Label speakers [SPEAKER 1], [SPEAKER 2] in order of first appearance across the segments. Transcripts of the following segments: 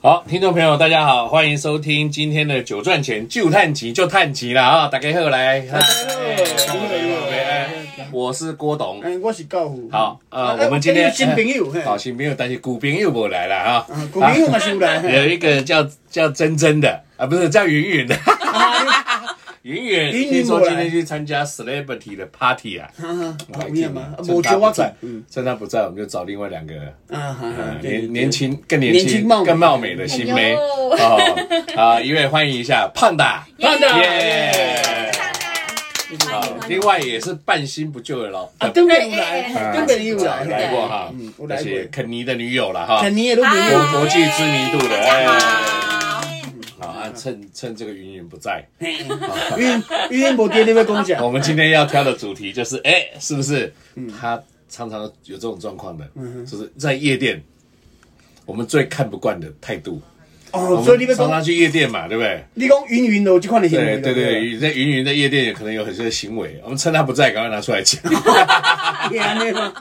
[SPEAKER 1] 好，听众朋友，大家好，欢迎收听今天的《酒赚钱就探集就探集》啦啊！打开后来，我是郭董。
[SPEAKER 2] 哎，我是教父。
[SPEAKER 1] 好，呃，
[SPEAKER 2] 哎
[SPEAKER 1] 我们今天哎
[SPEAKER 2] 我跟你新朋友嘿
[SPEAKER 1] 好新朋友，但是古朋友不来了啊。
[SPEAKER 2] 啊，古朋友嘛是有来，嘿
[SPEAKER 1] 有一个叫叫珍珍的啊，不是叫云云的。云云，
[SPEAKER 2] 云云
[SPEAKER 1] 听说
[SPEAKER 2] 没
[SPEAKER 1] 今
[SPEAKER 2] 来
[SPEAKER 1] 天去参加 Celebrity 的 Party 啊，
[SPEAKER 2] 啊啊，有
[SPEAKER 1] 你
[SPEAKER 2] 影嘛？啊无招 我在，嗯，
[SPEAKER 1] 趁他不在，我们就找另外两个
[SPEAKER 2] 啊，哈
[SPEAKER 1] 呃
[SPEAKER 2] 哈，对
[SPEAKER 1] 年年，轻更年
[SPEAKER 2] 年
[SPEAKER 1] 轻
[SPEAKER 2] 轻貌美
[SPEAKER 1] 更貌美的新
[SPEAKER 3] 哎
[SPEAKER 1] 妹
[SPEAKER 3] 呦
[SPEAKER 1] 哦啊！一位欢迎一下胖达，
[SPEAKER 2] 胖达
[SPEAKER 1] 耶！
[SPEAKER 3] 看看
[SPEAKER 1] 好
[SPEAKER 3] 欢迎欢
[SPEAKER 1] 另
[SPEAKER 3] 迎
[SPEAKER 1] 外也是半新不旧的老
[SPEAKER 2] 啊，东北有
[SPEAKER 3] 哎哎
[SPEAKER 2] 来，
[SPEAKER 3] 哎
[SPEAKER 2] 东北有
[SPEAKER 1] 来
[SPEAKER 2] 来，
[SPEAKER 1] 来过哈
[SPEAKER 2] 嗯，我
[SPEAKER 1] 而
[SPEAKER 2] 来过
[SPEAKER 1] 且肯尼的女友了哈，
[SPEAKER 2] 肯尼也都朋友
[SPEAKER 1] 国，国际知名度的
[SPEAKER 3] 大家好
[SPEAKER 1] 哎好啊，趁趁这个云云不在，
[SPEAKER 2] 因因为无爹你要讲 啥
[SPEAKER 1] 我？们今天要挑的主题就是，哎、是不是？
[SPEAKER 2] 嗯
[SPEAKER 1] 他常常有这种状况的，就是在夜店，我们最看不惯的态度。
[SPEAKER 2] 哦，所以你
[SPEAKER 1] 我们
[SPEAKER 2] 要
[SPEAKER 1] 常常
[SPEAKER 2] 讲，
[SPEAKER 1] 去夜店嘛，对不对？
[SPEAKER 2] 你讲云云咯，这款的行
[SPEAKER 1] 对
[SPEAKER 2] 为，
[SPEAKER 1] 对对，在云云在夜店也可能有很多的行为，我们趁他不在，赶快拿出来讲
[SPEAKER 2] 对，也安尼嘛，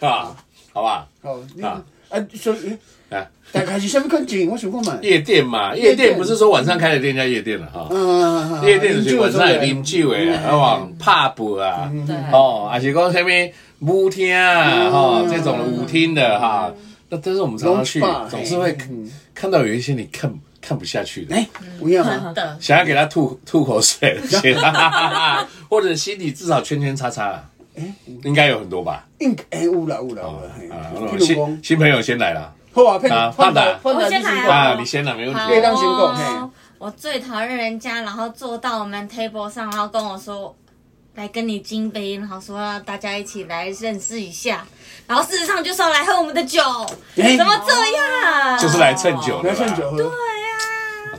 [SPEAKER 2] 哦，
[SPEAKER 1] 啊，好吧？
[SPEAKER 2] 好，你
[SPEAKER 1] 啊
[SPEAKER 2] 啊，所以
[SPEAKER 1] 啊，
[SPEAKER 2] 大概是什么感情？我想看嘛，
[SPEAKER 1] 夜店嘛，夜店不是说晚上开的店叫夜店了哈。
[SPEAKER 2] 啊，
[SPEAKER 1] 夜店就是晚上会啉
[SPEAKER 2] 饮酒嗯
[SPEAKER 1] 酒
[SPEAKER 2] 的
[SPEAKER 1] 的，啊，往 pub 啊，
[SPEAKER 2] 嗯
[SPEAKER 3] 对
[SPEAKER 1] 哦，还是讲什么舞厅啊，哦，这种舞厅的哈，那但是我们常常去
[SPEAKER 2] Lounge bar，，
[SPEAKER 1] 总是会
[SPEAKER 2] 嗯
[SPEAKER 1] 看到有一些你看看不下去的，
[SPEAKER 2] 哎，
[SPEAKER 3] 嗯
[SPEAKER 2] 有影嘛
[SPEAKER 3] 真？的，
[SPEAKER 1] 想要给他吐吐口水的那些， 或者心里至少圈圈叉叉，
[SPEAKER 2] 哎
[SPEAKER 1] 应该有很多吧？
[SPEAKER 2] 应哎有啦有啦
[SPEAKER 1] 啊
[SPEAKER 2] 有啦，嘿，
[SPEAKER 1] 啊
[SPEAKER 2] 譬如
[SPEAKER 1] 新
[SPEAKER 2] 讲，
[SPEAKER 1] 新朋友先来啦，
[SPEAKER 2] 好啊，佩
[SPEAKER 1] 啊
[SPEAKER 2] 胖
[SPEAKER 1] 胖达
[SPEAKER 2] 达，胖达，
[SPEAKER 3] 我先
[SPEAKER 2] 你
[SPEAKER 3] 来
[SPEAKER 2] 先
[SPEAKER 3] 啊
[SPEAKER 2] 讲。
[SPEAKER 1] 啊，你先来没问
[SPEAKER 3] 好
[SPEAKER 2] 可以
[SPEAKER 1] 题。
[SPEAKER 2] 让先讲嘿
[SPEAKER 3] 我最讨厌人家，然后坐到我们 table 上，然后跟我说。来跟你敬杯，然后说让大家一起来认识一下，然后事实上就是要来喝我们的酒，
[SPEAKER 2] 哎
[SPEAKER 3] 怎么这样？
[SPEAKER 1] 就是来蹭酒
[SPEAKER 2] 不
[SPEAKER 1] 的
[SPEAKER 2] 要劝
[SPEAKER 1] 啦。啊
[SPEAKER 2] 酒喝。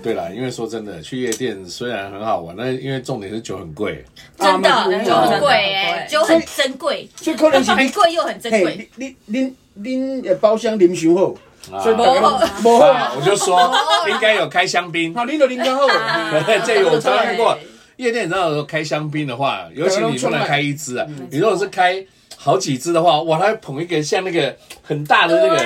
[SPEAKER 1] 对啦，因为说真的，去夜店虽然很好玩，但因为重点是酒很贵。
[SPEAKER 3] 真
[SPEAKER 2] 啊
[SPEAKER 3] 的
[SPEAKER 2] 蛮
[SPEAKER 3] 酒很贵哎，酒很珍贵，
[SPEAKER 2] 所以可能是
[SPEAKER 3] 很
[SPEAKER 2] 你，
[SPEAKER 3] 贵又很珍贵。
[SPEAKER 2] 嘿，你你恁恁的包厢啉伤好，
[SPEAKER 1] 啊
[SPEAKER 2] 所以大家
[SPEAKER 3] 无
[SPEAKER 2] 拢无
[SPEAKER 1] 啊
[SPEAKER 2] 好，
[SPEAKER 1] 我就说应该有开香槟，
[SPEAKER 2] 好，恁就啉较
[SPEAKER 3] 啊
[SPEAKER 2] 好。
[SPEAKER 1] 这个我常看过。夜店你知道，有开香槟的话，尤其你不能开一支啊，你如果是开好几支的话，哇，他会捧一个像那个很大的那个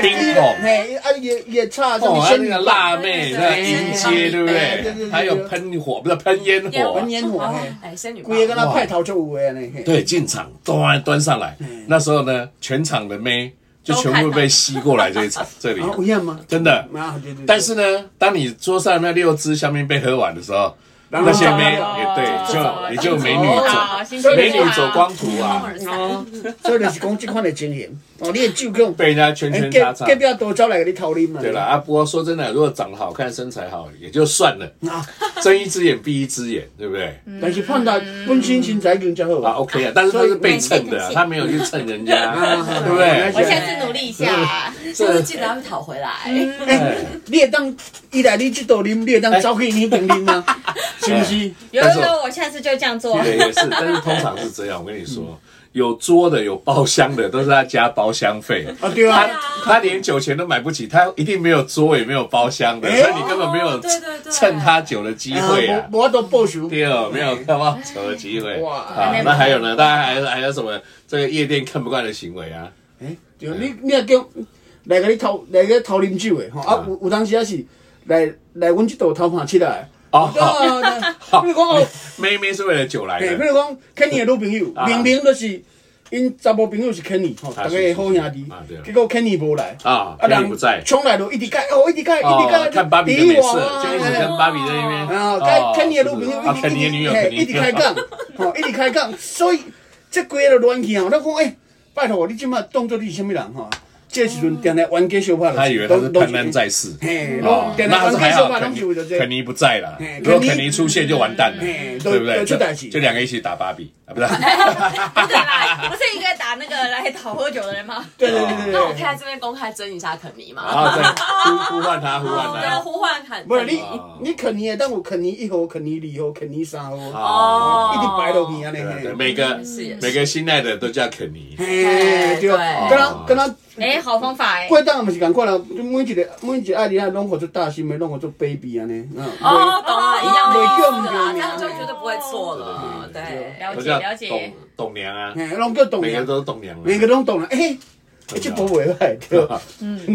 [SPEAKER 1] 冰桶。
[SPEAKER 2] 嘿，啊也也差什
[SPEAKER 1] 哦，
[SPEAKER 2] 么
[SPEAKER 1] 还有啊
[SPEAKER 2] 仙
[SPEAKER 1] 那
[SPEAKER 2] 女
[SPEAKER 1] 个辣妹，那个音阶，对不对？还有喷火，不是喷烟火
[SPEAKER 2] 文，烟火，嘿，
[SPEAKER 4] 哎，仙女棒
[SPEAKER 2] 规个跟他派头就有诶呢。嘿，
[SPEAKER 1] 对，进场端端上来。那时候呢，全场的妹就全部被吸过来这一场这里，
[SPEAKER 2] 啊，有影吗？
[SPEAKER 1] 真的。
[SPEAKER 2] 啊，对对对。
[SPEAKER 1] 但是呢，当你桌上那六支香槟被喝完的时候，
[SPEAKER 2] 然后
[SPEAKER 1] 那些妹
[SPEAKER 2] 哦
[SPEAKER 1] 也对，
[SPEAKER 4] 就走
[SPEAKER 1] 就
[SPEAKER 4] 了哦
[SPEAKER 1] 也就美女
[SPEAKER 3] 啊
[SPEAKER 1] 走，
[SPEAKER 3] 心情
[SPEAKER 1] 美
[SPEAKER 3] 不
[SPEAKER 1] 女
[SPEAKER 3] 好
[SPEAKER 1] 走光途啊
[SPEAKER 4] 尔， 三，
[SPEAKER 2] 所以就是讲这款的情形，哦，你的酒讲，
[SPEAKER 1] 被人家圈圈叉
[SPEAKER 2] 隔
[SPEAKER 1] 叉
[SPEAKER 2] 隔。壁多招来哎给你偷啉嘛。
[SPEAKER 1] 对了，啊，不过说真的，如果长得好看、身材好也就算了，
[SPEAKER 2] 啊，
[SPEAKER 1] 睁一只眼闭一只眼，对不对？
[SPEAKER 2] 但是胖达
[SPEAKER 3] 嗯
[SPEAKER 2] 本身身材已经较好
[SPEAKER 1] 啊
[SPEAKER 2] 啊，
[SPEAKER 1] ，OK 啊，但是他是被蹭的啊，他没有去蹭人家，对不
[SPEAKER 2] 我
[SPEAKER 3] 我
[SPEAKER 1] 对？
[SPEAKER 3] 下次努 力一下，
[SPEAKER 4] 下次记得要去讨回来。
[SPEAKER 1] 哎
[SPEAKER 2] 你会当伊来你这度啉，你会当走去你边啉 吗？是不是？
[SPEAKER 3] 有有有，我下次就这样做。
[SPEAKER 1] 对，也是，但是通常是这样。我跟你说，有桌的、有包厢的，都是他加包厢费。
[SPEAKER 2] 啊，对
[SPEAKER 1] 他
[SPEAKER 2] 啊，
[SPEAKER 1] 他连酒钱都买不起，他一定没有桌也没有包厢的，
[SPEAKER 2] 哎
[SPEAKER 1] 所以你根本没有
[SPEAKER 4] 哦对对对
[SPEAKER 1] 蹭他酒的机会啊
[SPEAKER 2] 啊。无无都报仇。
[SPEAKER 1] 第二，没有看到酒的机会。
[SPEAKER 2] 哇
[SPEAKER 1] 啊，那还有呢？大家还还有什么这个夜店看不惯的行为啊？
[SPEAKER 2] 哎，对，你你若叫来甲你偷来甲偷啉酒的吼，
[SPEAKER 1] 嗯
[SPEAKER 2] 啊有有当时也是来来阮即度偷拍起来。
[SPEAKER 1] 哦， 好
[SPEAKER 2] 啊，
[SPEAKER 1] 好
[SPEAKER 2] 比如讲哦，
[SPEAKER 1] 妹妹是为了酒来
[SPEAKER 2] 嘿，比
[SPEAKER 1] 的，
[SPEAKER 2] 如讲，肯尼的女朋友，明明就是因查某朋友是肯尼，吼，
[SPEAKER 1] 啊
[SPEAKER 2] 大
[SPEAKER 1] 是
[SPEAKER 2] 家的好兄弟
[SPEAKER 1] 是啊对啊，
[SPEAKER 2] 结果肯尼无来，
[SPEAKER 1] 啊
[SPEAKER 2] 人
[SPEAKER 1] 肯尼不在
[SPEAKER 2] 冲来就一直改，哦，一直改，一直
[SPEAKER 1] 哦
[SPEAKER 2] 改，，
[SPEAKER 1] 看芭比的美
[SPEAKER 2] 敌
[SPEAKER 1] 事，
[SPEAKER 2] 我啊
[SPEAKER 1] 就一直
[SPEAKER 2] 哎
[SPEAKER 1] 跟芭比在那边
[SPEAKER 2] 啊，
[SPEAKER 1] 哦
[SPEAKER 2] 该看你的女朋
[SPEAKER 1] 啊，看
[SPEAKER 2] 友
[SPEAKER 1] 你
[SPEAKER 2] 一
[SPEAKER 1] 的
[SPEAKER 2] 直
[SPEAKER 1] 女
[SPEAKER 2] 一
[SPEAKER 1] 友，
[SPEAKER 2] 直
[SPEAKER 1] 看
[SPEAKER 2] 嘿
[SPEAKER 1] 你
[SPEAKER 2] 一直 开杠，吼，一直开杠，所以这几个就乱去啊。咱讲，诶，拜托，你即马当做你是什么人吼？这时阵定定冤家相拍，
[SPEAKER 1] 他以为他是潘安，在世。
[SPEAKER 2] 嘿，
[SPEAKER 1] 哦
[SPEAKER 2] 拢，定定
[SPEAKER 1] 那还
[SPEAKER 2] 冤
[SPEAKER 1] 是
[SPEAKER 2] 家
[SPEAKER 1] 还
[SPEAKER 2] 相
[SPEAKER 1] 好，
[SPEAKER 2] 拍，
[SPEAKER 1] 肯
[SPEAKER 2] 拢
[SPEAKER 1] 尼
[SPEAKER 2] 是为着这
[SPEAKER 1] 肯。尼不在啦
[SPEAKER 2] 嘿。
[SPEAKER 1] 如果
[SPEAKER 2] 肯尼
[SPEAKER 1] 肯尼出现就完蛋了，
[SPEAKER 2] 嘿
[SPEAKER 1] 对不对？
[SPEAKER 2] 就就出大事
[SPEAKER 1] 就两个一起打芭比啊，不是？
[SPEAKER 3] 对啦， 不是应该打那个来讨喝酒的人吗？
[SPEAKER 2] 对对对对
[SPEAKER 4] 那哦我可以
[SPEAKER 2] 对。
[SPEAKER 4] 在这边公开争一下肯尼
[SPEAKER 1] 然
[SPEAKER 4] 嘛？
[SPEAKER 1] 后再呼呼唤他，呼
[SPEAKER 4] 我
[SPEAKER 1] 唤
[SPEAKER 4] 要
[SPEAKER 1] 他。
[SPEAKER 4] 呼唤肯，
[SPEAKER 2] 不是你，
[SPEAKER 1] 哦
[SPEAKER 2] 你肯尼的，但我肯尼一号，肯尼二号，肯尼三号，一
[SPEAKER 1] 哦，
[SPEAKER 2] 直摆落去安尼啊
[SPEAKER 1] 对对，
[SPEAKER 2] 嘿。
[SPEAKER 1] 每个每个心爱的都叫肯尼。
[SPEAKER 2] 嘿，对，跟
[SPEAKER 1] 哦
[SPEAKER 2] 他跟他
[SPEAKER 3] 哎，好方法哎，
[SPEAKER 2] 过档嘛是共款啦，就每一个每一个爱人啊，拢互做大心的，拢互做 baby 啊嗯安尼。
[SPEAKER 4] 哦，懂了，一样的意
[SPEAKER 2] 不会救不
[SPEAKER 4] 思
[SPEAKER 2] 救
[SPEAKER 4] 啦，
[SPEAKER 2] 命
[SPEAKER 4] 这样就绝对不会错了。对，
[SPEAKER 3] 了
[SPEAKER 1] 都
[SPEAKER 3] 解
[SPEAKER 1] 叫
[SPEAKER 3] 了
[SPEAKER 1] 董
[SPEAKER 3] 解。
[SPEAKER 1] 董娘啊，
[SPEAKER 2] 嘿，拢叫懂
[SPEAKER 1] 每个
[SPEAKER 2] 人，
[SPEAKER 1] 都是董娘啊。
[SPEAKER 2] 每个拢懂人。哎，这波袂歹，对，
[SPEAKER 1] 啊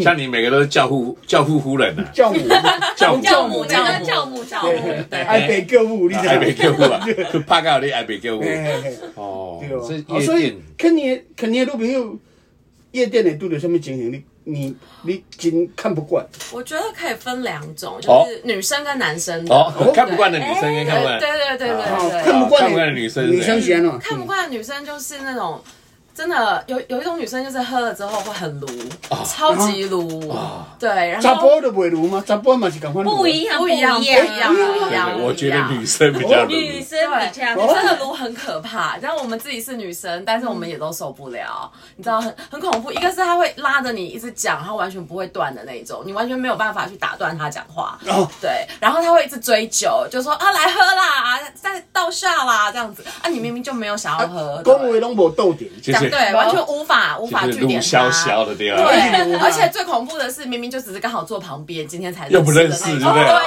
[SPEAKER 1] 像你每个都是教父教父夫人啊，
[SPEAKER 2] 教母，哎
[SPEAKER 1] 教母
[SPEAKER 4] 教母
[SPEAKER 3] 教
[SPEAKER 4] 教母
[SPEAKER 3] 母教母教
[SPEAKER 2] 对
[SPEAKER 3] 母，
[SPEAKER 2] 对对爱被教母，你知道吗
[SPEAKER 1] 爱被救护啊，就怕到你爱被救护
[SPEAKER 2] 嘿嘿嘿
[SPEAKER 1] 哦
[SPEAKER 2] 对，哦
[SPEAKER 1] 这夜
[SPEAKER 2] 哦，
[SPEAKER 1] 店
[SPEAKER 2] 所以肯定肯定女朋友夜店会拄着什么情形，你你你真看不惯。
[SPEAKER 4] 我觉得可以分两种，就是女生跟男生的。
[SPEAKER 1] 哦，看不惯的女生跟
[SPEAKER 4] 对
[SPEAKER 1] 看不惯
[SPEAKER 4] 对对对对
[SPEAKER 2] 啊哦
[SPEAKER 4] 对
[SPEAKER 1] 看
[SPEAKER 4] 对，
[SPEAKER 1] 不惯的
[SPEAKER 2] 的
[SPEAKER 1] 女生
[SPEAKER 2] 女生是安怎？
[SPEAKER 4] 看不惯的女生就是那种。真的有有一种女生就是喝了之后会很撸，超级撸，对，然
[SPEAKER 2] 查
[SPEAKER 4] 后
[SPEAKER 2] 甫就袂如吗？查甫嘛是共款。
[SPEAKER 3] 不一样，
[SPEAKER 4] 不一样
[SPEAKER 3] 样，
[SPEAKER 4] 不
[SPEAKER 3] 不
[SPEAKER 4] 一样不一
[SPEAKER 1] 对
[SPEAKER 4] 样
[SPEAKER 1] 对，我觉得女生比较
[SPEAKER 3] 女生
[SPEAKER 4] 对，
[SPEAKER 3] 比较
[SPEAKER 4] 女生的撸很可怕，但我们自己是女生，但是我们也都受不了，你知道很很恐怖。一个是他会拉着你一直讲，他完全不会断的那一种，你完全没有办法去打断他讲话。
[SPEAKER 2] 哦
[SPEAKER 4] 对，然后他会一直追酒，就说啊来喝啦，再倒下啦这样子啊，你明明就没有想要
[SPEAKER 1] 啊
[SPEAKER 4] 喝。
[SPEAKER 2] 讲话
[SPEAKER 4] 对
[SPEAKER 2] 拢无逗点，
[SPEAKER 1] 就
[SPEAKER 4] 讲
[SPEAKER 1] 是
[SPEAKER 4] 对，完全无法无法
[SPEAKER 1] 就是
[SPEAKER 4] 据点
[SPEAKER 1] 路
[SPEAKER 4] 他。
[SPEAKER 1] 萧萧的地方，
[SPEAKER 4] 对，而且最恐怖的是，明明就只是刚好坐旁边，今天才
[SPEAKER 1] 又不认识
[SPEAKER 4] 识
[SPEAKER 1] 对
[SPEAKER 4] 的那
[SPEAKER 1] 不
[SPEAKER 4] 一
[SPEAKER 1] 对
[SPEAKER 4] 种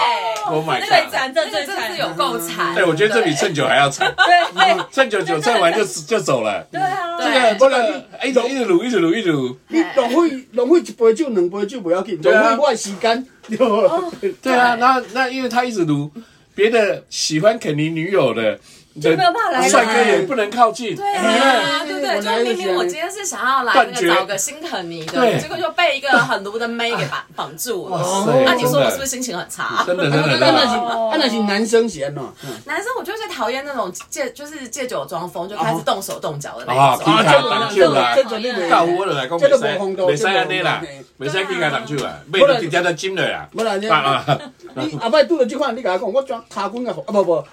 [SPEAKER 1] ，Oh my
[SPEAKER 4] 对，
[SPEAKER 1] god！
[SPEAKER 4] 这最真的是有够惨。
[SPEAKER 1] 哎，我觉得这比蹭酒还要惨，
[SPEAKER 3] 对
[SPEAKER 1] 蹭酒酒蹭完就就走了，
[SPEAKER 3] 对啊，
[SPEAKER 4] 对
[SPEAKER 1] 这个不能一直一直撸一直撸一直撸，
[SPEAKER 2] 你浪费浪费一杯酒两杯酒不要紧，
[SPEAKER 1] 对啊
[SPEAKER 2] 浪费我的时间，对
[SPEAKER 4] 哦
[SPEAKER 2] 不？
[SPEAKER 1] 对啊，那那因为他一直撸，别的喜欢肯尼女友的就
[SPEAKER 3] 没有办法来
[SPEAKER 1] 帅哥也不能靠近，
[SPEAKER 4] 对啊，
[SPEAKER 2] 嗯
[SPEAKER 4] 对不
[SPEAKER 2] 我
[SPEAKER 4] 对？
[SPEAKER 2] 来一
[SPEAKER 4] 就
[SPEAKER 2] 个
[SPEAKER 4] 明明我今天是想要来
[SPEAKER 1] 断
[SPEAKER 4] 那
[SPEAKER 1] 绝
[SPEAKER 4] 个找个心疼你的，
[SPEAKER 1] 对
[SPEAKER 4] 结果就被一个很毒的妹给绑绑住了。
[SPEAKER 1] 哇塞
[SPEAKER 4] 那你说
[SPEAKER 1] 真的
[SPEAKER 4] 我是不是心情很差？
[SPEAKER 1] 真的真的真
[SPEAKER 2] 那那是
[SPEAKER 1] 的，
[SPEAKER 4] 哦
[SPEAKER 2] 啊那是男生是安怎？嗯
[SPEAKER 4] 男生我就是讨厌那种借就是借酒装疯就开始动手动脚的那
[SPEAKER 1] 啊
[SPEAKER 4] 一
[SPEAKER 1] 劈
[SPEAKER 4] 种
[SPEAKER 1] 啊。
[SPEAKER 2] 这
[SPEAKER 1] 腿
[SPEAKER 2] 个
[SPEAKER 1] 当酒啦
[SPEAKER 2] 这绝对袂。
[SPEAKER 1] 到我了来讲，
[SPEAKER 2] 这
[SPEAKER 1] 袂
[SPEAKER 2] 都
[SPEAKER 1] 使
[SPEAKER 2] 无风
[SPEAKER 1] 袂
[SPEAKER 2] 度
[SPEAKER 1] 使
[SPEAKER 2] 这都
[SPEAKER 1] 安尼啦
[SPEAKER 2] 无风，
[SPEAKER 1] 袂使去甲人手啦，
[SPEAKER 2] 对
[SPEAKER 1] 袂
[SPEAKER 2] 啊
[SPEAKER 1] 就直接就浸落啊，
[SPEAKER 2] 不然你
[SPEAKER 1] 啊，
[SPEAKER 2] 你后摆拄着即款，你甲我讲，我将卡棍甲啊不不，
[SPEAKER 1] 无啦，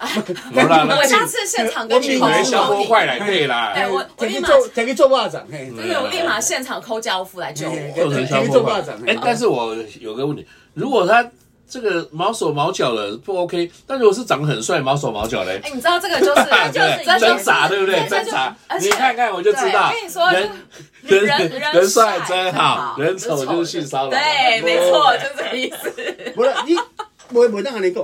[SPEAKER 4] 我
[SPEAKER 1] 那
[SPEAKER 4] 下次现场跟你
[SPEAKER 1] 以
[SPEAKER 4] 口
[SPEAKER 1] 为
[SPEAKER 4] 述
[SPEAKER 1] 消
[SPEAKER 4] 说
[SPEAKER 1] 波
[SPEAKER 4] 你，
[SPEAKER 1] 快来对啦，
[SPEAKER 4] 哎我我
[SPEAKER 2] 摕去
[SPEAKER 4] 立马
[SPEAKER 2] 做摕去做肉粽，嘿，
[SPEAKER 4] 就是我立马现场抠教父来救我。
[SPEAKER 1] 做成消
[SPEAKER 2] 摕去
[SPEAKER 1] 波
[SPEAKER 2] 做肉
[SPEAKER 1] 快
[SPEAKER 2] 粽。。
[SPEAKER 1] 哎
[SPEAKER 2] 嘿，
[SPEAKER 1] 但是我有个问题，如果他这个毛手毛脚的不 OK，但如果是长得很帅毛手毛脚嘞，
[SPEAKER 4] 哎，你知道这个就是
[SPEAKER 1] 对
[SPEAKER 3] 就
[SPEAKER 1] 不
[SPEAKER 3] 是
[SPEAKER 1] 对
[SPEAKER 4] 真的
[SPEAKER 1] 真傻，对不对？
[SPEAKER 4] 对这
[SPEAKER 1] 真
[SPEAKER 4] 就
[SPEAKER 1] 傻
[SPEAKER 4] 而，且
[SPEAKER 1] 你看看我就知道
[SPEAKER 4] 对我跟你说，
[SPEAKER 1] 人
[SPEAKER 4] 人
[SPEAKER 1] 人
[SPEAKER 4] 人
[SPEAKER 1] 人帅
[SPEAKER 4] 帅
[SPEAKER 1] 真
[SPEAKER 4] 真
[SPEAKER 1] 好
[SPEAKER 4] 好，
[SPEAKER 1] 人丑就是性骚扰。
[SPEAKER 4] 对，没错，就这个意思。
[SPEAKER 2] 无啦，你袂袂当安尼讲，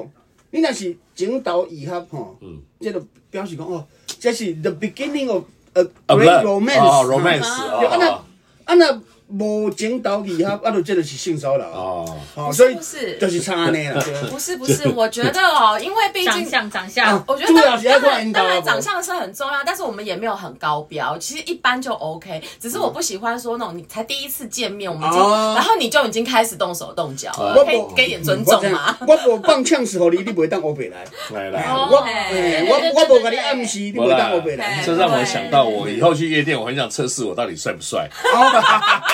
[SPEAKER 2] 你若是前头以合吼
[SPEAKER 1] 嗯，
[SPEAKER 2] 这就表示讲哦，这是 the beginning of a
[SPEAKER 1] 啊不是
[SPEAKER 2] great
[SPEAKER 1] 哦
[SPEAKER 2] romance。
[SPEAKER 4] 嗯
[SPEAKER 1] ，romance
[SPEAKER 2] 对啊
[SPEAKER 1] 哦
[SPEAKER 2] 那啊那无前头以合，啊就这就是性骚扰啊。
[SPEAKER 1] 哦，
[SPEAKER 2] 哦，所以
[SPEAKER 4] 不是
[SPEAKER 2] 就是差安尼啦。对啊
[SPEAKER 4] 不是不是，我觉得哦，因为毕
[SPEAKER 3] 长
[SPEAKER 4] 竟。
[SPEAKER 3] 相长相，
[SPEAKER 4] 我觉
[SPEAKER 2] 主
[SPEAKER 4] 得
[SPEAKER 2] 要
[SPEAKER 4] 当
[SPEAKER 2] 是要
[SPEAKER 4] 当
[SPEAKER 2] 看
[SPEAKER 4] 然
[SPEAKER 2] 到
[SPEAKER 4] 当
[SPEAKER 2] 啊
[SPEAKER 4] 然长相是很重要，但是我们也没有很高标，其实一般就 OK。只是我不喜欢说那种你才第一次见面，我们已经
[SPEAKER 2] 哦
[SPEAKER 4] 然后你就已经开始动手动脚了，
[SPEAKER 1] 我
[SPEAKER 4] 可以
[SPEAKER 2] 不
[SPEAKER 4] 给点尊
[SPEAKER 2] 我
[SPEAKER 4] 重嘛。
[SPEAKER 2] 我无放呛死互你，你袂当乌白来。
[SPEAKER 1] 来来，
[SPEAKER 2] 我
[SPEAKER 3] 哦
[SPEAKER 2] 嘿
[SPEAKER 3] 哎
[SPEAKER 2] 我
[SPEAKER 3] 对
[SPEAKER 2] 我
[SPEAKER 3] 对
[SPEAKER 2] 无甲你
[SPEAKER 3] 对
[SPEAKER 2] 暗示，你
[SPEAKER 1] 我
[SPEAKER 2] 袂当乌白
[SPEAKER 1] 啦
[SPEAKER 2] 来。，
[SPEAKER 1] 这让我想到，我以后去夜店，我很想测试我到底帅不帅。
[SPEAKER 2] 哦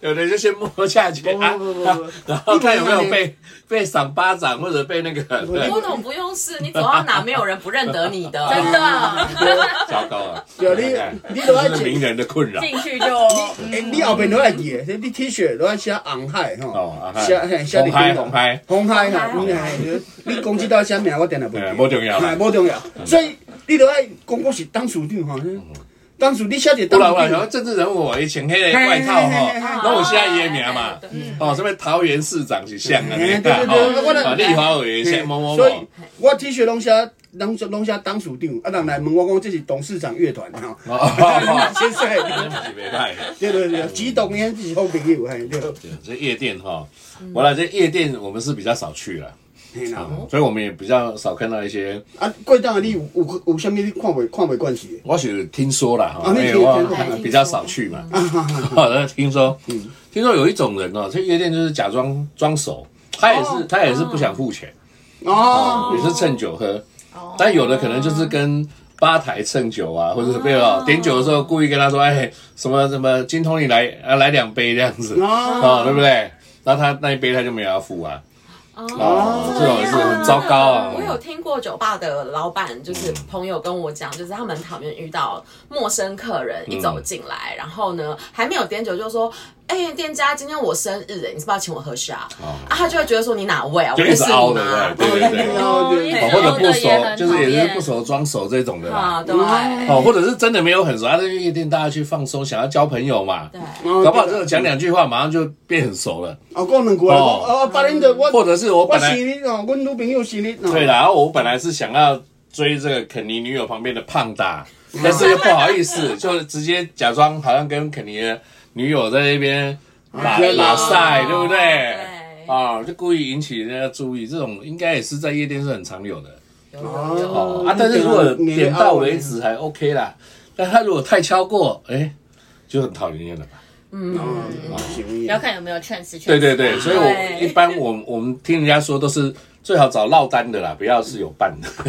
[SPEAKER 1] 有的就先摸下去啊，
[SPEAKER 2] 不不不不不
[SPEAKER 1] 然后看有没有被被赏巴掌或者被那个，对
[SPEAKER 4] 不懂不用试，你走到哪没有人不认得你的，
[SPEAKER 3] 真的
[SPEAKER 1] 糟糕了。
[SPEAKER 2] 对你你都要
[SPEAKER 1] 这是名人的困扰。
[SPEAKER 3] 进去就
[SPEAKER 2] 诶，你后边都要记诶，你 T 恤都要写红海
[SPEAKER 1] 哦
[SPEAKER 2] 吼
[SPEAKER 1] 红，海
[SPEAKER 2] 写嘿写
[SPEAKER 1] 红海红海
[SPEAKER 2] 红海哈，
[SPEAKER 4] 红
[SPEAKER 2] 你系你讲知道啥名，我定来
[SPEAKER 1] 哎
[SPEAKER 2] 袂。
[SPEAKER 1] 无重要啦
[SPEAKER 2] 哎无重要。所以你都要讲我是当属长吼，当属你写一个
[SPEAKER 1] 不然我
[SPEAKER 2] 当属
[SPEAKER 1] 然后
[SPEAKER 2] 长，
[SPEAKER 1] 政治人物，我以前黑的外套哈，那我现在也名嘛
[SPEAKER 4] 对，
[SPEAKER 1] 哦，什么桃园市长是像啊，你
[SPEAKER 2] 对
[SPEAKER 1] 看
[SPEAKER 2] 对对我
[SPEAKER 1] 哦，
[SPEAKER 2] 的
[SPEAKER 1] 立华委员
[SPEAKER 2] 嘿
[SPEAKER 1] 像某某
[SPEAKER 2] 所以
[SPEAKER 1] 某，
[SPEAKER 2] 我 T 恤拢写拢拢写当属长，啊人来问我讲这是董事长乐团吼，
[SPEAKER 1] 哦哦，
[SPEAKER 2] 先生，
[SPEAKER 1] 哦是袂歹。
[SPEAKER 2] 对对对，几董年是好朋友，嘿对，
[SPEAKER 1] 对，这夜店哈，完了这夜店我们是比较少去了，
[SPEAKER 2] 嘿啦。
[SPEAKER 1] 所以我们也比较少看到一些。
[SPEAKER 2] 啊，过当你有有有啥物你看袂看袂惯势的？
[SPEAKER 1] 我是听说了哈，因
[SPEAKER 2] 啊你
[SPEAKER 1] 为
[SPEAKER 2] 听
[SPEAKER 1] 我
[SPEAKER 2] 听说啊
[SPEAKER 1] 还比较少去嘛。 好的，听说，
[SPEAKER 2] 嗯
[SPEAKER 1] 听说有一种人哦，这夜店就是假装装熟，他也
[SPEAKER 4] 哦
[SPEAKER 1] 是他也是不想付钱，
[SPEAKER 2] 哦，
[SPEAKER 1] 也是蹭酒喝，
[SPEAKER 4] 哦
[SPEAKER 1] 但有的可能就是跟。吧台蹭酒啊，或者是没有点酒的时候故意跟他说，哎，什么什么金通你来啊，来两杯这样子
[SPEAKER 2] 哦
[SPEAKER 1] 啊，对不对？然后他那一杯他就没有要付啊，
[SPEAKER 4] 哦
[SPEAKER 1] 哦，这种也是很糟 糕啊。
[SPEAKER 4] 我有听过酒吧的老板，就是朋友跟我讲，就是他们讨厌遇到陌生客人一走进来，然后呢还没有点酒就说：“哎、店家，今天我生日，哎，你是不是要请我喝下？”啊，他就会觉得说你哪位啊？
[SPEAKER 1] 哦
[SPEAKER 4] 我
[SPEAKER 1] 就
[SPEAKER 4] 认
[SPEAKER 1] 一直
[SPEAKER 4] 识你
[SPEAKER 1] 凹的
[SPEAKER 4] 吗？
[SPEAKER 1] 对不对对对对
[SPEAKER 2] 哦对
[SPEAKER 1] 哦，或者不熟，就是也是不熟装熟这种的啦
[SPEAKER 4] 啊，。对，
[SPEAKER 1] 哦，或者是真的没有很熟，他在夜店大家去放松，想要交朋友嘛。
[SPEAKER 4] 对，啊
[SPEAKER 1] 搞
[SPEAKER 2] 搞
[SPEAKER 1] 不好这个讲两句话，马上就变很熟了。
[SPEAKER 2] 哦，讲两句来讲，哦，别人就我
[SPEAKER 1] 或者是我
[SPEAKER 2] 我
[SPEAKER 1] 本
[SPEAKER 2] 生
[SPEAKER 1] 来
[SPEAKER 2] 日哦，阮女朋友生日哦，
[SPEAKER 1] 对啦，然后我本来是想要追这个肯尼女友旁边的胖达，但是又不好意思，就直接假装好像跟肯尼的女友在那边拉
[SPEAKER 2] 哎呦
[SPEAKER 1] 拉塞，对不对
[SPEAKER 4] 对？
[SPEAKER 1] 啊，就故意引起人家注意，这种应该也是在夜店是很常有的。
[SPEAKER 4] 有有有
[SPEAKER 1] 哦
[SPEAKER 2] 哦
[SPEAKER 1] 啊，但是如果点到为止还 OK 啦，但他如果太超过，哎，就很讨人厌了吧？
[SPEAKER 2] 嗯，行
[SPEAKER 3] 要看有没有劝是劝。
[SPEAKER 1] 对对对，所以我
[SPEAKER 4] 对
[SPEAKER 1] 一般我我们听人家说都是最好找落单的啦，不要是有伴的。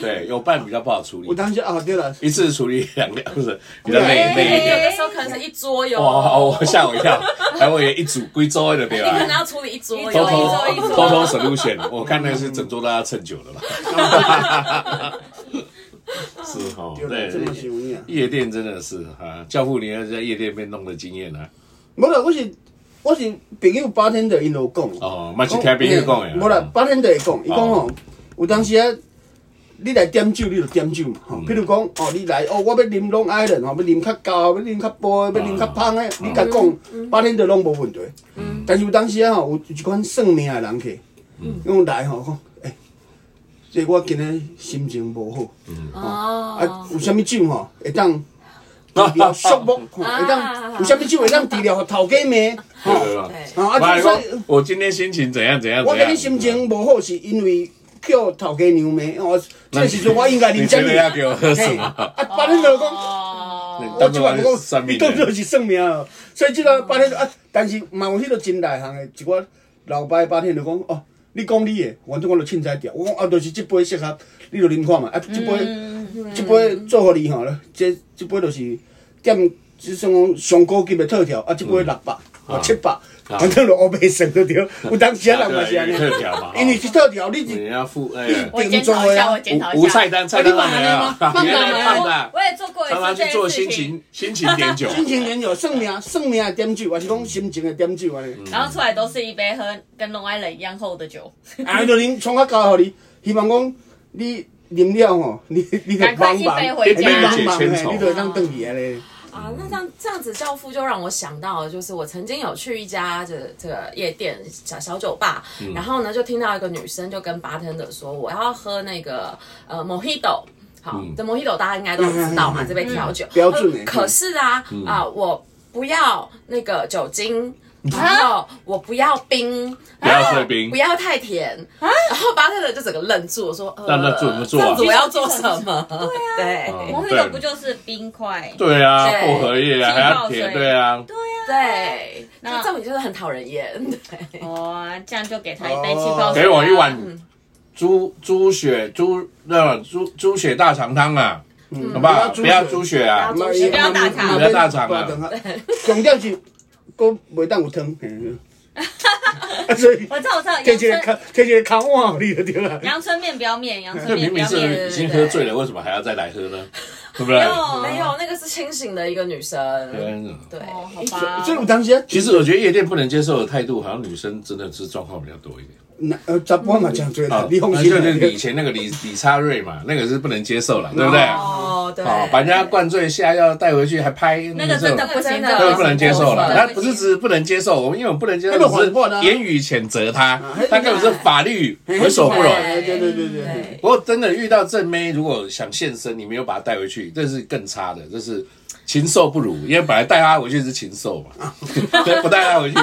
[SPEAKER 1] 对，有伴比较不好处
[SPEAKER 2] 我
[SPEAKER 1] 理，
[SPEAKER 2] 当时啊，对了，
[SPEAKER 1] 一次处理两个不是比较累
[SPEAKER 2] 哎
[SPEAKER 1] 累一
[SPEAKER 4] 有
[SPEAKER 1] 点。
[SPEAKER 4] 的时候可能是一桌游，
[SPEAKER 1] 哇，哦我吓我一跳，还我也一组归周的对
[SPEAKER 4] 你可能
[SPEAKER 1] 吧？
[SPEAKER 4] 要处理一桌游，一
[SPEAKER 1] 偷偷
[SPEAKER 4] 桌一桌，
[SPEAKER 1] 偷偷 solution，我看那个是整桌都要蹭酒了吧？是哦，
[SPEAKER 2] 对了，这么
[SPEAKER 1] 对，
[SPEAKER 2] 行啊。
[SPEAKER 1] 夜店真的是啊，教父你要在夜店被弄的经验啊，
[SPEAKER 2] 无啦，我是我是朋友八天的因都讲。
[SPEAKER 1] 哦，嘛是听朋友讲的哦
[SPEAKER 2] 无啦，
[SPEAKER 1] 啦，
[SPEAKER 2] 八天就会讲，伊讲吼，有当时啊，你来点酒，你就点酒嘛。吼，
[SPEAKER 1] 嗯
[SPEAKER 2] 比如讲，哦，你来，哦，我要啉 Long Island，吼，要啉较厚，要啉较薄，要啉较芳诶，
[SPEAKER 1] 嗯
[SPEAKER 2] 你甲讲，八天就拢无问题。但是有当时啊，吼，有一款算命诶人去，用来吼讲，诶，即我今日心情无好，
[SPEAKER 4] 哦
[SPEAKER 2] 啊，，有啥物酒吼 会当。治疗肃目，吼会当有啥物酒会当治疗头家命，吼
[SPEAKER 1] 对吧？
[SPEAKER 4] 对，
[SPEAKER 1] 我
[SPEAKER 2] 啊，啊，
[SPEAKER 1] 还
[SPEAKER 2] 就说
[SPEAKER 1] 说。我今天心情怎样怎样
[SPEAKER 2] 我
[SPEAKER 1] 怎
[SPEAKER 2] 今
[SPEAKER 1] 样
[SPEAKER 2] 日。心情无好，是因为叫头家娘骂哦。这时阵我应该
[SPEAKER 1] 你
[SPEAKER 2] 认
[SPEAKER 1] 觉
[SPEAKER 2] 真
[SPEAKER 1] 得要给我喝什么？
[SPEAKER 2] 啊，八天就讲，
[SPEAKER 4] 哦，
[SPEAKER 2] 我
[SPEAKER 1] 当
[SPEAKER 2] 即
[SPEAKER 1] 做我
[SPEAKER 2] 晚
[SPEAKER 1] 是
[SPEAKER 2] 讲，
[SPEAKER 1] 生
[SPEAKER 2] 你
[SPEAKER 1] 命
[SPEAKER 2] 当
[SPEAKER 1] 的
[SPEAKER 2] 做是算命哦。所以即个八天就啊，但是嘛有迄个真内行的，一寡老牌八天就讲哦，你讲你的，反正我就凊彩调。我讲啊，就是即杯适合，你就啉看嘛。啊，即杯即杯做互你吼，这即杯就是点。即算讲上高级的特调，啊，即杯六百、
[SPEAKER 1] 嗯
[SPEAKER 2] 啊七百，反正就乌白算就 对。有当时啊，人嘛是安尼，
[SPEAKER 1] 特调嘛，
[SPEAKER 2] 因为是特调，你是
[SPEAKER 1] 你要付哎呀，
[SPEAKER 3] 我检讨一下，我检讨一
[SPEAKER 1] 无无
[SPEAKER 3] 下。
[SPEAKER 1] 菜单菜单都没有，原来胖
[SPEAKER 3] 我
[SPEAKER 1] 的，
[SPEAKER 3] 我也做过一
[SPEAKER 1] 常常
[SPEAKER 3] 次
[SPEAKER 1] 去
[SPEAKER 3] 这
[SPEAKER 1] 做
[SPEAKER 3] 件事
[SPEAKER 1] 心
[SPEAKER 3] 情，
[SPEAKER 1] 情心情点酒，
[SPEAKER 2] 心情人有算命，算命的点酒，还是讲心情的点酒安
[SPEAKER 1] 嗯
[SPEAKER 2] 尼。
[SPEAKER 3] 然后出来都是一杯喝跟龙爱人一样厚的酒，
[SPEAKER 1] 嗯
[SPEAKER 2] 啊，就恁创较高，互你，希望讲你啉了吼， 你你就
[SPEAKER 3] 赶快一杯回
[SPEAKER 2] 你
[SPEAKER 1] 一杯
[SPEAKER 3] 家
[SPEAKER 1] 解。
[SPEAKER 2] 茫茫
[SPEAKER 1] 千愁
[SPEAKER 2] 嘿，你就会当转去安尼。
[SPEAKER 4] 啊，那这样这样子教父就让我想到，就是我曾经有去一家这这个夜店小小酒吧，然后呢就听到一个女生就跟 bartender 说，我要喝那个呃 mojito。好，这 mojito 大家应该都知道嘛，这杯调酒
[SPEAKER 2] 标准的
[SPEAKER 4] 可是啊啊，我不要那个酒精。然后我不要冰，
[SPEAKER 1] 不要
[SPEAKER 4] 然后
[SPEAKER 1] 碎冰
[SPEAKER 4] 不要太甜。然后 bartender 就整个愣住，我说：“呃，
[SPEAKER 1] 那那怎么做啊
[SPEAKER 4] 这样子我要做什么？” 对 啊
[SPEAKER 1] 嗯
[SPEAKER 3] 我们那个不就是冰块？
[SPEAKER 1] 对啊，
[SPEAKER 4] 对
[SPEAKER 1] 薄荷叶啊，还要甜，对啊，
[SPEAKER 4] 对，
[SPEAKER 3] 那
[SPEAKER 4] 就这种就是很讨人厌。对，
[SPEAKER 3] 哦，这样就给他一杯气泡水。啊
[SPEAKER 1] 给我一。碗猪猪血猪那猪猪血大肠汤啊，好不好？不要猪血啊
[SPEAKER 4] 不，要猪血
[SPEAKER 3] 不要大肠
[SPEAKER 1] 不要大肠啊
[SPEAKER 2] 重点是，佫袂当有汤。嘿啊 所以
[SPEAKER 3] 我知道，我知道，
[SPEAKER 2] 摕
[SPEAKER 3] 阳
[SPEAKER 2] 一个
[SPEAKER 3] 春
[SPEAKER 2] 卡，摕一个卡碗互你就对啦。
[SPEAKER 3] 阳春面不要面，阳春
[SPEAKER 1] 这
[SPEAKER 3] 面
[SPEAKER 1] 明
[SPEAKER 3] 不
[SPEAKER 1] 明
[SPEAKER 3] 要面。
[SPEAKER 1] 是已经喝醉了，为什么还要再来喝呢？对不对？
[SPEAKER 4] 没有，那个是清醒的一个女生。
[SPEAKER 1] 对
[SPEAKER 4] 对，
[SPEAKER 3] 哦，好吧
[SPEAKER 2] 所以。有当时啊，
[SPEAKER 1] 其实我觉得夜店不能接受的态度，好像女生真的是状况比较多一点。
[SPEAKER 2] 那呃，十半嘛真多啦
[SPEAKER 1] 啊，，
[SPEAKER 2] 你放心
[SPEAKER 1] 那
[SPEAKER 2] 啦
[SPEAKER 1] 就是。以前那个李李差瑞嘛，那个是不能接 受了，对不对？啊，
[SPEAKER 4] 哦，对，
[SPEAKER 1] 把人家灌醉下药带回去还拍，那
[SPEAKER 3] 那个真的
[SPEAKER 1] 这种
[SPEAKER 3] 不行 哦的，
[SPEAKER 1] 那个不能接受了。
[SPEAKER 4] 真
[SPEAKER 1] 他
[SPEAKER 4] 的
[SPEAKER 1] 不是只不能接受，我们因为我们不能接受，
[SPEAKER 2] 那个反叛
[SPEAKER 1] 只
[SPEAKER 2] 啊
[SPEAKER 1] 是言语谴责他
[SPEAKER 2] 那，
[SPEAKER 1] 他根本是法律为所不容。
[SPEAKER 2] 对对对对对。
[SPEAKER 4] 对
[SPEAKER 1] 不过真的遇到正妹，如果想现身，你没有把她带回去，这是更差的，这是禽兽不如。因为本来带她回去是禽兽嘛，对 不带她回去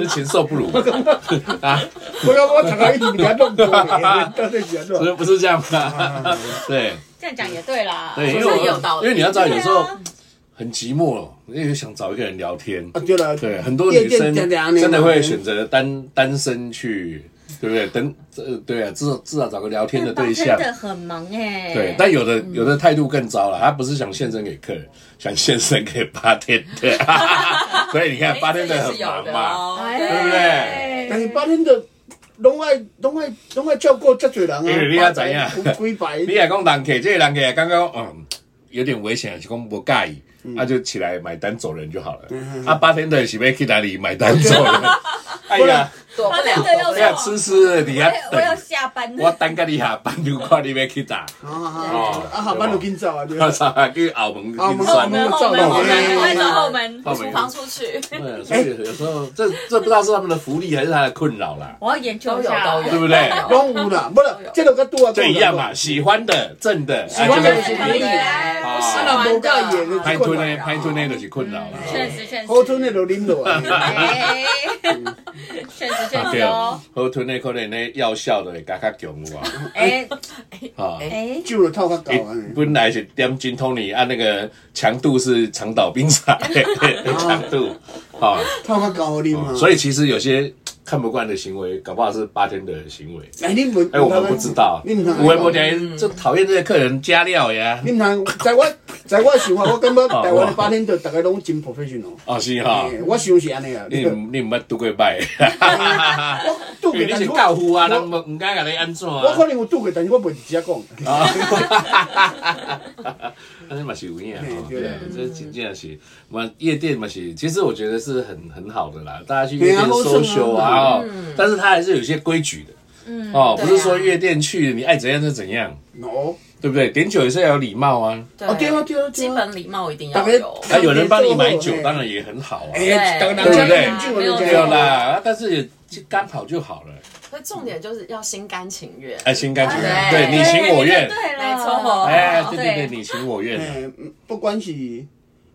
[SPEAKER 1] 是禽兽不如嘛啊。
[SPEAKER 2] 我讲我头壳一直给他弄过，到底是安怎
[SPEAKER 1] 所？以不是这样吗？对
[SPEAKER 3] 这样讲也对啦。
[SPEAKER 1] 对，因
[SPEAKER 4] 好
[SPEAKER 1] 为
[SPEAKER 4] 像
[SPEAKER 1] 我
[SPEAKER 4] 有道理
[SPEAKER 1] 因为你要知道，有时
[SPEAKER 3] 对
[SPEAKER 1] 候
[SPEAKER 3] 啊
[SPEAKER 1] 很寂寞，因为想找一个人聊天。
[SPEAKER 2] 啊，对了，
[SPEAKER 1] 对，很多女
[SPEAKER 2] 夜
[SPEAKER 1] 生
[SPEAKER 2] 店常常安尼嘛
[SPEAKER 1] 真的会选择单单身去，对不对？等呃，对啊，至少至少找个聊天的对象
[SPEAKER 3] 哦真。的很忙哎。
[SPEAKER 1] 对，但有的有的态度更糟了，他不是想献身给客人，想献身给八天 的，所以你看八天的很忙嘛，
[SPEAKER 3] 哦
[SPEAKER 4] 哎
[SPEAKER 1] 对不对？
[SPEAKER 3] 哎
[SPEAKER 2] 但是八天的拢爱拢爱拢爱照顾遮侪人啊，
[SPEAKER 1] 因为哎你也知影
[SPEAKER 2] 有几排
[SPEAKER 1] 你也讲人客，这个人客也刚刚嗯有点危险，是讲不介意，
[SPEAKER 2] 嗯
[SPEAKER 1] 那、就起 来买单走人就好了。啊，八天的是要去哪里买单走人？哎
[SPEAKER 2] 不然
[SPEAKER 1] 呀，
[SPEAKER 4] 躲不
[SPEAKER 3] 好
[SPEAKER 4] 了，
[SPEAKER 3] 像
[SPEAKER 4] 躲
[SPEAKER 3] 都
[SPEAKER 4] 不
[SPEAKER 1] 我
[SPEAKER 3] 有
[SPEAKER 1] 要
[SPEAKER 4] 了
[SPEAKER 1] 吃
[SPEAKER 3] 用。
[SPEAKER 1] 吃，你要
[SPEAKER 3] 我我要
[SPEAKER 1] 等，
[SPEAKER 3] 下 班
[SPEAKER 1] 我
[SPEAKER 3] 了，
[SPEAKER 1] 等到你下班就看你要去打，
[SPEAKER 3] 嗯
[SPEAKER 2] 啊啊
[SPEAKER 1] 哦
[SPEAKER 2] 啊！下班就紧走啊，对
[SPEAKER 1] 我操，去澳门
[SPEAKER 2] 澳门
[SPEAKER 1] 去
[SPEAKER 3] 后
[SPEAKER 1] 算
[SPEAKER 3] 门
[SPEAKER 1] 了。
[SPEAKER 3] 后门后门，
[SPEAKER 2] 我
[SPEAKER 3] 我
[SPEAKER 2] 们
[SPEAKER 3] 会走后门，
[SPEAKER 1] 澳
[SPEAKER 4] 厨
[SPEAKER 1] 门
[SPEAKER 4] 房出去，
[SPEAKER 1] 对，所以有时候这这不知道是他们的福利还是他的困扰啦，
[SPEAKER 3] 我要研究
[SPEAKER 4] 都
[SPEAKER 3] 一
[SPEAKER 4] 有
[SPEAKER 3] 下
[SPEAKER 4] 都
[SPEAKER 1] 对
[SPEAKER 4] 有，
[SPEAKER 1] 不 对
[SPEAKER 2] 拢有啦，不是，这个跟拄啊
[SPEAKER 1] 就一样嘛，，喜欢的正的，喜
[SPEAKER 2] 喜欢的
[SPEAKER 3] 就
[SPEAKER 2] 就是
[SPEAKER 3] 是
[SPEAKER 2] 可
[SPEAKER 3] 可
[SPEAKER 2] 以
[SPEAKER 3] 以
[SPEAKER 1] 啊
[SPEAKER 3] 啊，
[SPEAKER 2] 啊，那无甲演的
[SPEAKER 1] 拍吞呢，拍吞呢就是困扰啦。
[SPEAKER 3] 确实确实，
[SPEAKER 2] 好吞的就啉落 啊，
[SPEAKER 3] 哎，确实确实哦，
[SPEAKER 1] 啊好吞呢可能呢药效就会加较强 有啊，
[SPEAKER 3] 哎
[SPEAKER 1] 啊，
[SPEAKER 3] 哎，
[SPEAKER 2] 酒就透较厚啊。
[SPEAKER 1] 本来是点金通尼按那个强度是长岛冰 茶的强度啊，
[SPEAKER 2] 透较高啉
[SPEAKER 3] 嗯
[SPEAKER 2] 嘛。
[SPEAKER 1] 嗯所以其实有些看不惯的行为，搞不好是八天的行为。
[SPEAKER 2] 哎，你们
[SPEAKER 1] 哎，我们不知道，
[SPEAKER 2] 你们
[SPEAKER 1] 我微博点就讨厌这些客人加料呀。
[SPEAKER 2] 你们通，在我在我想法，我 感觉台湾的八天就大家拢真 professional。
[SPEAKER 1] 哦，是哈，
[SPEAKER 2] 我想是安尼啊，
[SPEAKER 1] 你你毋捌拄过 摆，
[SPEAKER 2] 我拄过
[SPEAKER 1] 因为，你
[SPEAKER 2] 但
[SPEAKER 1] 是
[SPEAKER 2] 是
[SPEAKER 1] 教父啊，人
[SPEAKER 2] 我
[SPEAKER 1] 无毋敢甲你安怎
[SPEAKER 2] 我
[SPEAKER 1] 啊
[SPEAKER 2] 可？能有拄过，但是我袂直接讲。
[SPEAKER 1] 但是嘛是有影
[SPEAKER 2] 嘿
[SPEAKER 1] 哦，
[SPEAKER 2] 对
[SPEAKER 1] 对啊，这真正是，嘛夜店嘛是，其实我觉得是很很好的啦，大家去夜
[SPEAKER 2] 对啊
[SPEAKER 1] 店
[SPEAKER 2] 好
[SPEAKER 1] 搜
[SPEAKER 2] 爽啊
[SPEAKER 1] 修啊，哦但是它还是有一些规矩的，嗯，哦，不是
[SPEAKER 4] 对啊
[SPEAKER 1] 说夜店去你爱怎样就怎样，
[SPEAKER 2] 喏，
[SPEAKER 1] 对不对？点酒也是要有礼貌啊，
[SPEAKER 2] 哦对啊对啊
[SPEAKER 4] 基
[SPEAKER 2] 对啊。
[SPEAKER 4] 本礼貌一定要
[SPEAKER 2] 大家
[SPEAKER 4] 有。
[SPEAKER 1] 啊，有人帮你买
[SPEAKER 2] 做
[SPEAKER 1] 酒
[SPEAKER 2] 好，
[SPEAKER 1] 当然也很好啊，
[SPEAKER 2] 哎，等人
[SPEAKER 1] 对
[SPEAKER 2] 家
[SPEAKER 1] 不对
[SPEAKER 2] 饮酒人
[SPEAKER 1] 对
[SPEAKER 3] 没
[SPEAKER 2] 家
[SPEAKER 3] 有
[SPEAKER 1] 啦，啊但是也就刚好就好了，
[SPEAKER 4] 所以重点就是要心甘情愿。
[SPEAKER 1] 哎，心甘情愿，
[SPEAKER 4] 对
[SPEAKER 1] 对你情我愿，
[SPEAKER 3] 啊对了，
[SPEAKER 4] 没错哦
[SPEAKER 1] 哎，对对
[SPEAKER 3] 对
[SPEAKER 1] 对，你情我愿啊。
[SPEAKER 2] 诶，嗯不管是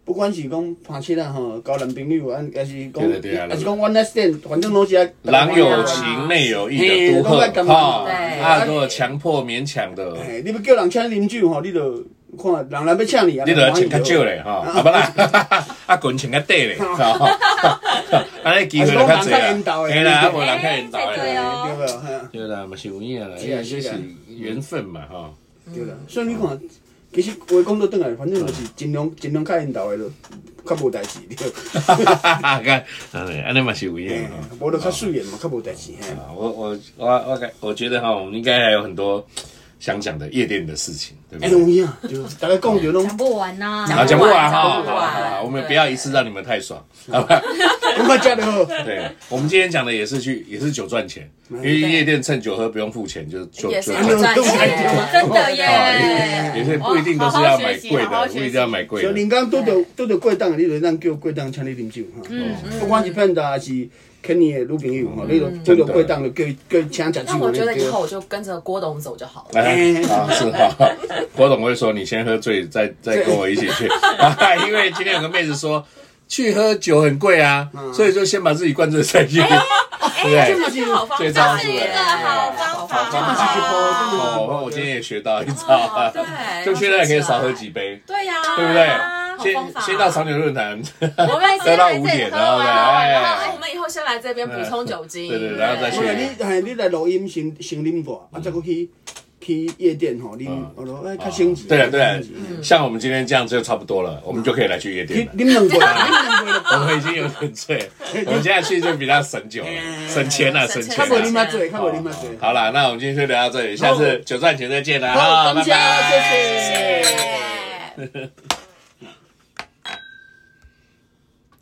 [SPEAKER 2] 不管是讲拍七啊吼，交男朋友啊，还是讲
[SPEAKER 1] 对对对啊
[SPEAKER 2] 还是讲 one night stand，反正拢是啊。
[SPEAKER 1] 郎有情内有意的
[SPEAKER 2] 嘿
[SPEAKER 1] 独
[SPEAKER 2] 都在
[SPEAKER 1] 喝
[SPEAKER 2] 干嘛
[SPEAKER 1] 哈，
[SPEAKER 4] 对
[SPEAKER 1] 啊，如果强迫勉强的，
[SPEAKER 2] 诶，哎你要叫人请你啉酒吼，你就看人来要请你啊，
[SPEAKER 1] 你就要穿较少嘞哈，啊不啦， 啊滚穿较短嘞， 哈，安尼机会就较济
[SPEAKER 2] 还是讲人较缘投
[SPEAKER 1] 啦，
[SPEAKER 2] 的
[SPEAKER 1] 嘿啦，啊无人较缘投
[SPEAKER 3] 哎
[SPEAKER 2] 对
[SPEAKER 3] 对
[SPEAKER 1] 的，
[SPEAKER 3] 哦
[SPEAKER 2] 对吧？哈，
[SPEAKER 1] 对啦，嘛是有影啦，
[SPEAKER 2] 是
[SPEAKER 1] 因
[SPEAKER 2] 啊
[SPEAKER 1] 为这
[SPEAKER 2] 是啊
[SPEAKER 1] 是缘分嘛哈，
[SPEAKER 2] 对啦。所以你看，其实话讲到转来，反正就是尽量尽量较缘投的咯，较无代志对。
[SPEAKER 1] 哈哈哈哈，看安尼安尼嘛是有影
[SPEAKER 2] 嘿
[SPEAKER 1] 哈。
[SPEAKER 2] 无就较水缘嘛，较无代志嘿。
[SPEAKER 1] 啊我我我我感我觉得哈，我们应该还有很多想讲的夜店的事情，对不
[SPEAKER 2] 哎，有
[SPEAKER 1] 对？
[SPEAKER 2] 影，对，大家讲 着拢
[SPEAKER 3] 讲不完呐，
[SPEAKER 1] 好，讲不完哈，好
[SPEAKER 4] 讲不完
[SPEAKER 1] 好好我们不要一次让你们太爽。
[SPEAKER 2] 讲到遮就好。
[SPEAKER 1] 对，我们今天讲的也是去，也是酒赚钱，因为夜店趁酒喝不用付钱，就就
[SPEAKER 4] 也
[SPEAKER 1] 就是赚
[SPEAKER 4] 酒赚钱，
[SPEAKER 3] 真的耶
[SPEAKER 1] 啊也也是不一定都是要买贵
[SPEAKER 3] 好好
[SPEAKER 1] 的，
[SPEAKER 3] 学
[SPEAKER 1] 不
[SPEAKER 3] 习
[SPEAKER 1] 一定要买贵
[SPEAKER 2] 小
[SPEAKER 1] 的。
[SPEAKER 2] 林刚拄着拄着过档，你就咱叫过档请你啉酒哈。
[SPEAKER 1] 嗯
[SPEAKER 4] 嗯
[SPEAKER 2] 不管是骗子还是骗你的女朋友哈，你就拄着过档就叫叫请食酒。
[SPEAKER 4] 但嗯我觉得以后我就跟着郭董走就好了。
[SPEAKER 1] 哎，啊是哈，郭董会说你先喝醉，再再跟我一起去， 因为今天有个妹子说去喝酒很贵啊，所以就先把自己灌醉再去， 对不对？
[SPEAKER 4] 哎这好方法，
[SPEAKER 1] 这招是
[SPEAKER 3] 是一个好方法，
[SPEAKER 1] 哦，我今天也学到一招，啊
[SPEAKER 4] 哦 对
[SPEAKER 1] 就现在可以少喝几杯，
[SPEAKER 4] 对呀，
[SPEAKER 1] 对不
[SPEAKER 4] 好
[SPEAKER 1] 对？
[SPEAKER 4] 方法
[SPEAKER 1] 先先到长久论坛，
[SPEAKER 3] 我们
[SPEAKER 1] 喝到五点，然后呢，哎
[SPEAKER 4] 那。我们以后先来这边补充酒精，
[SPEAKER 1] 对对然后再去
[SPEAKER 2] 后来你哎，你来录音先先啉过，
[SPEAKER 1] 嗯
[SPEAKER 2] 啊，再过去去夜店吼啉，我说哎较升级。
[SPEAKER 1] 啊对了对了，像我们今天这样就差不多了，我们就可以来去夜
[SPEAKER 2] 去
[SPEAKER 1] 店了。
[SPEAKER 2] 啉两 杯，啉两杯
[SPEAKER 1] 我们已经有点醉，我们现在去就比较省酒了，省钱了，省
[SPEAKER 4] 省钱
[SPEAKER 2] 较
[SPEAKER 1] 钱
[SPEAKER 2] 无啉
[SPEAKER 1] 了。
[SPEAKER 2] 较醉，较无啉较醉。
[SPEAKER 1] 好啦，那我们今天就聊到这里，下次酒赚钱再见啦，
[SPEAKER 2] 好，
[SPEAKER 1] 好，拜
[SPEAKER 2] 感谢，谢
[SPEAKER 3] 네.
[SPEAKER 1] 拜。
[SPEAKER 2] 谢。
[SPEAKER 4] 对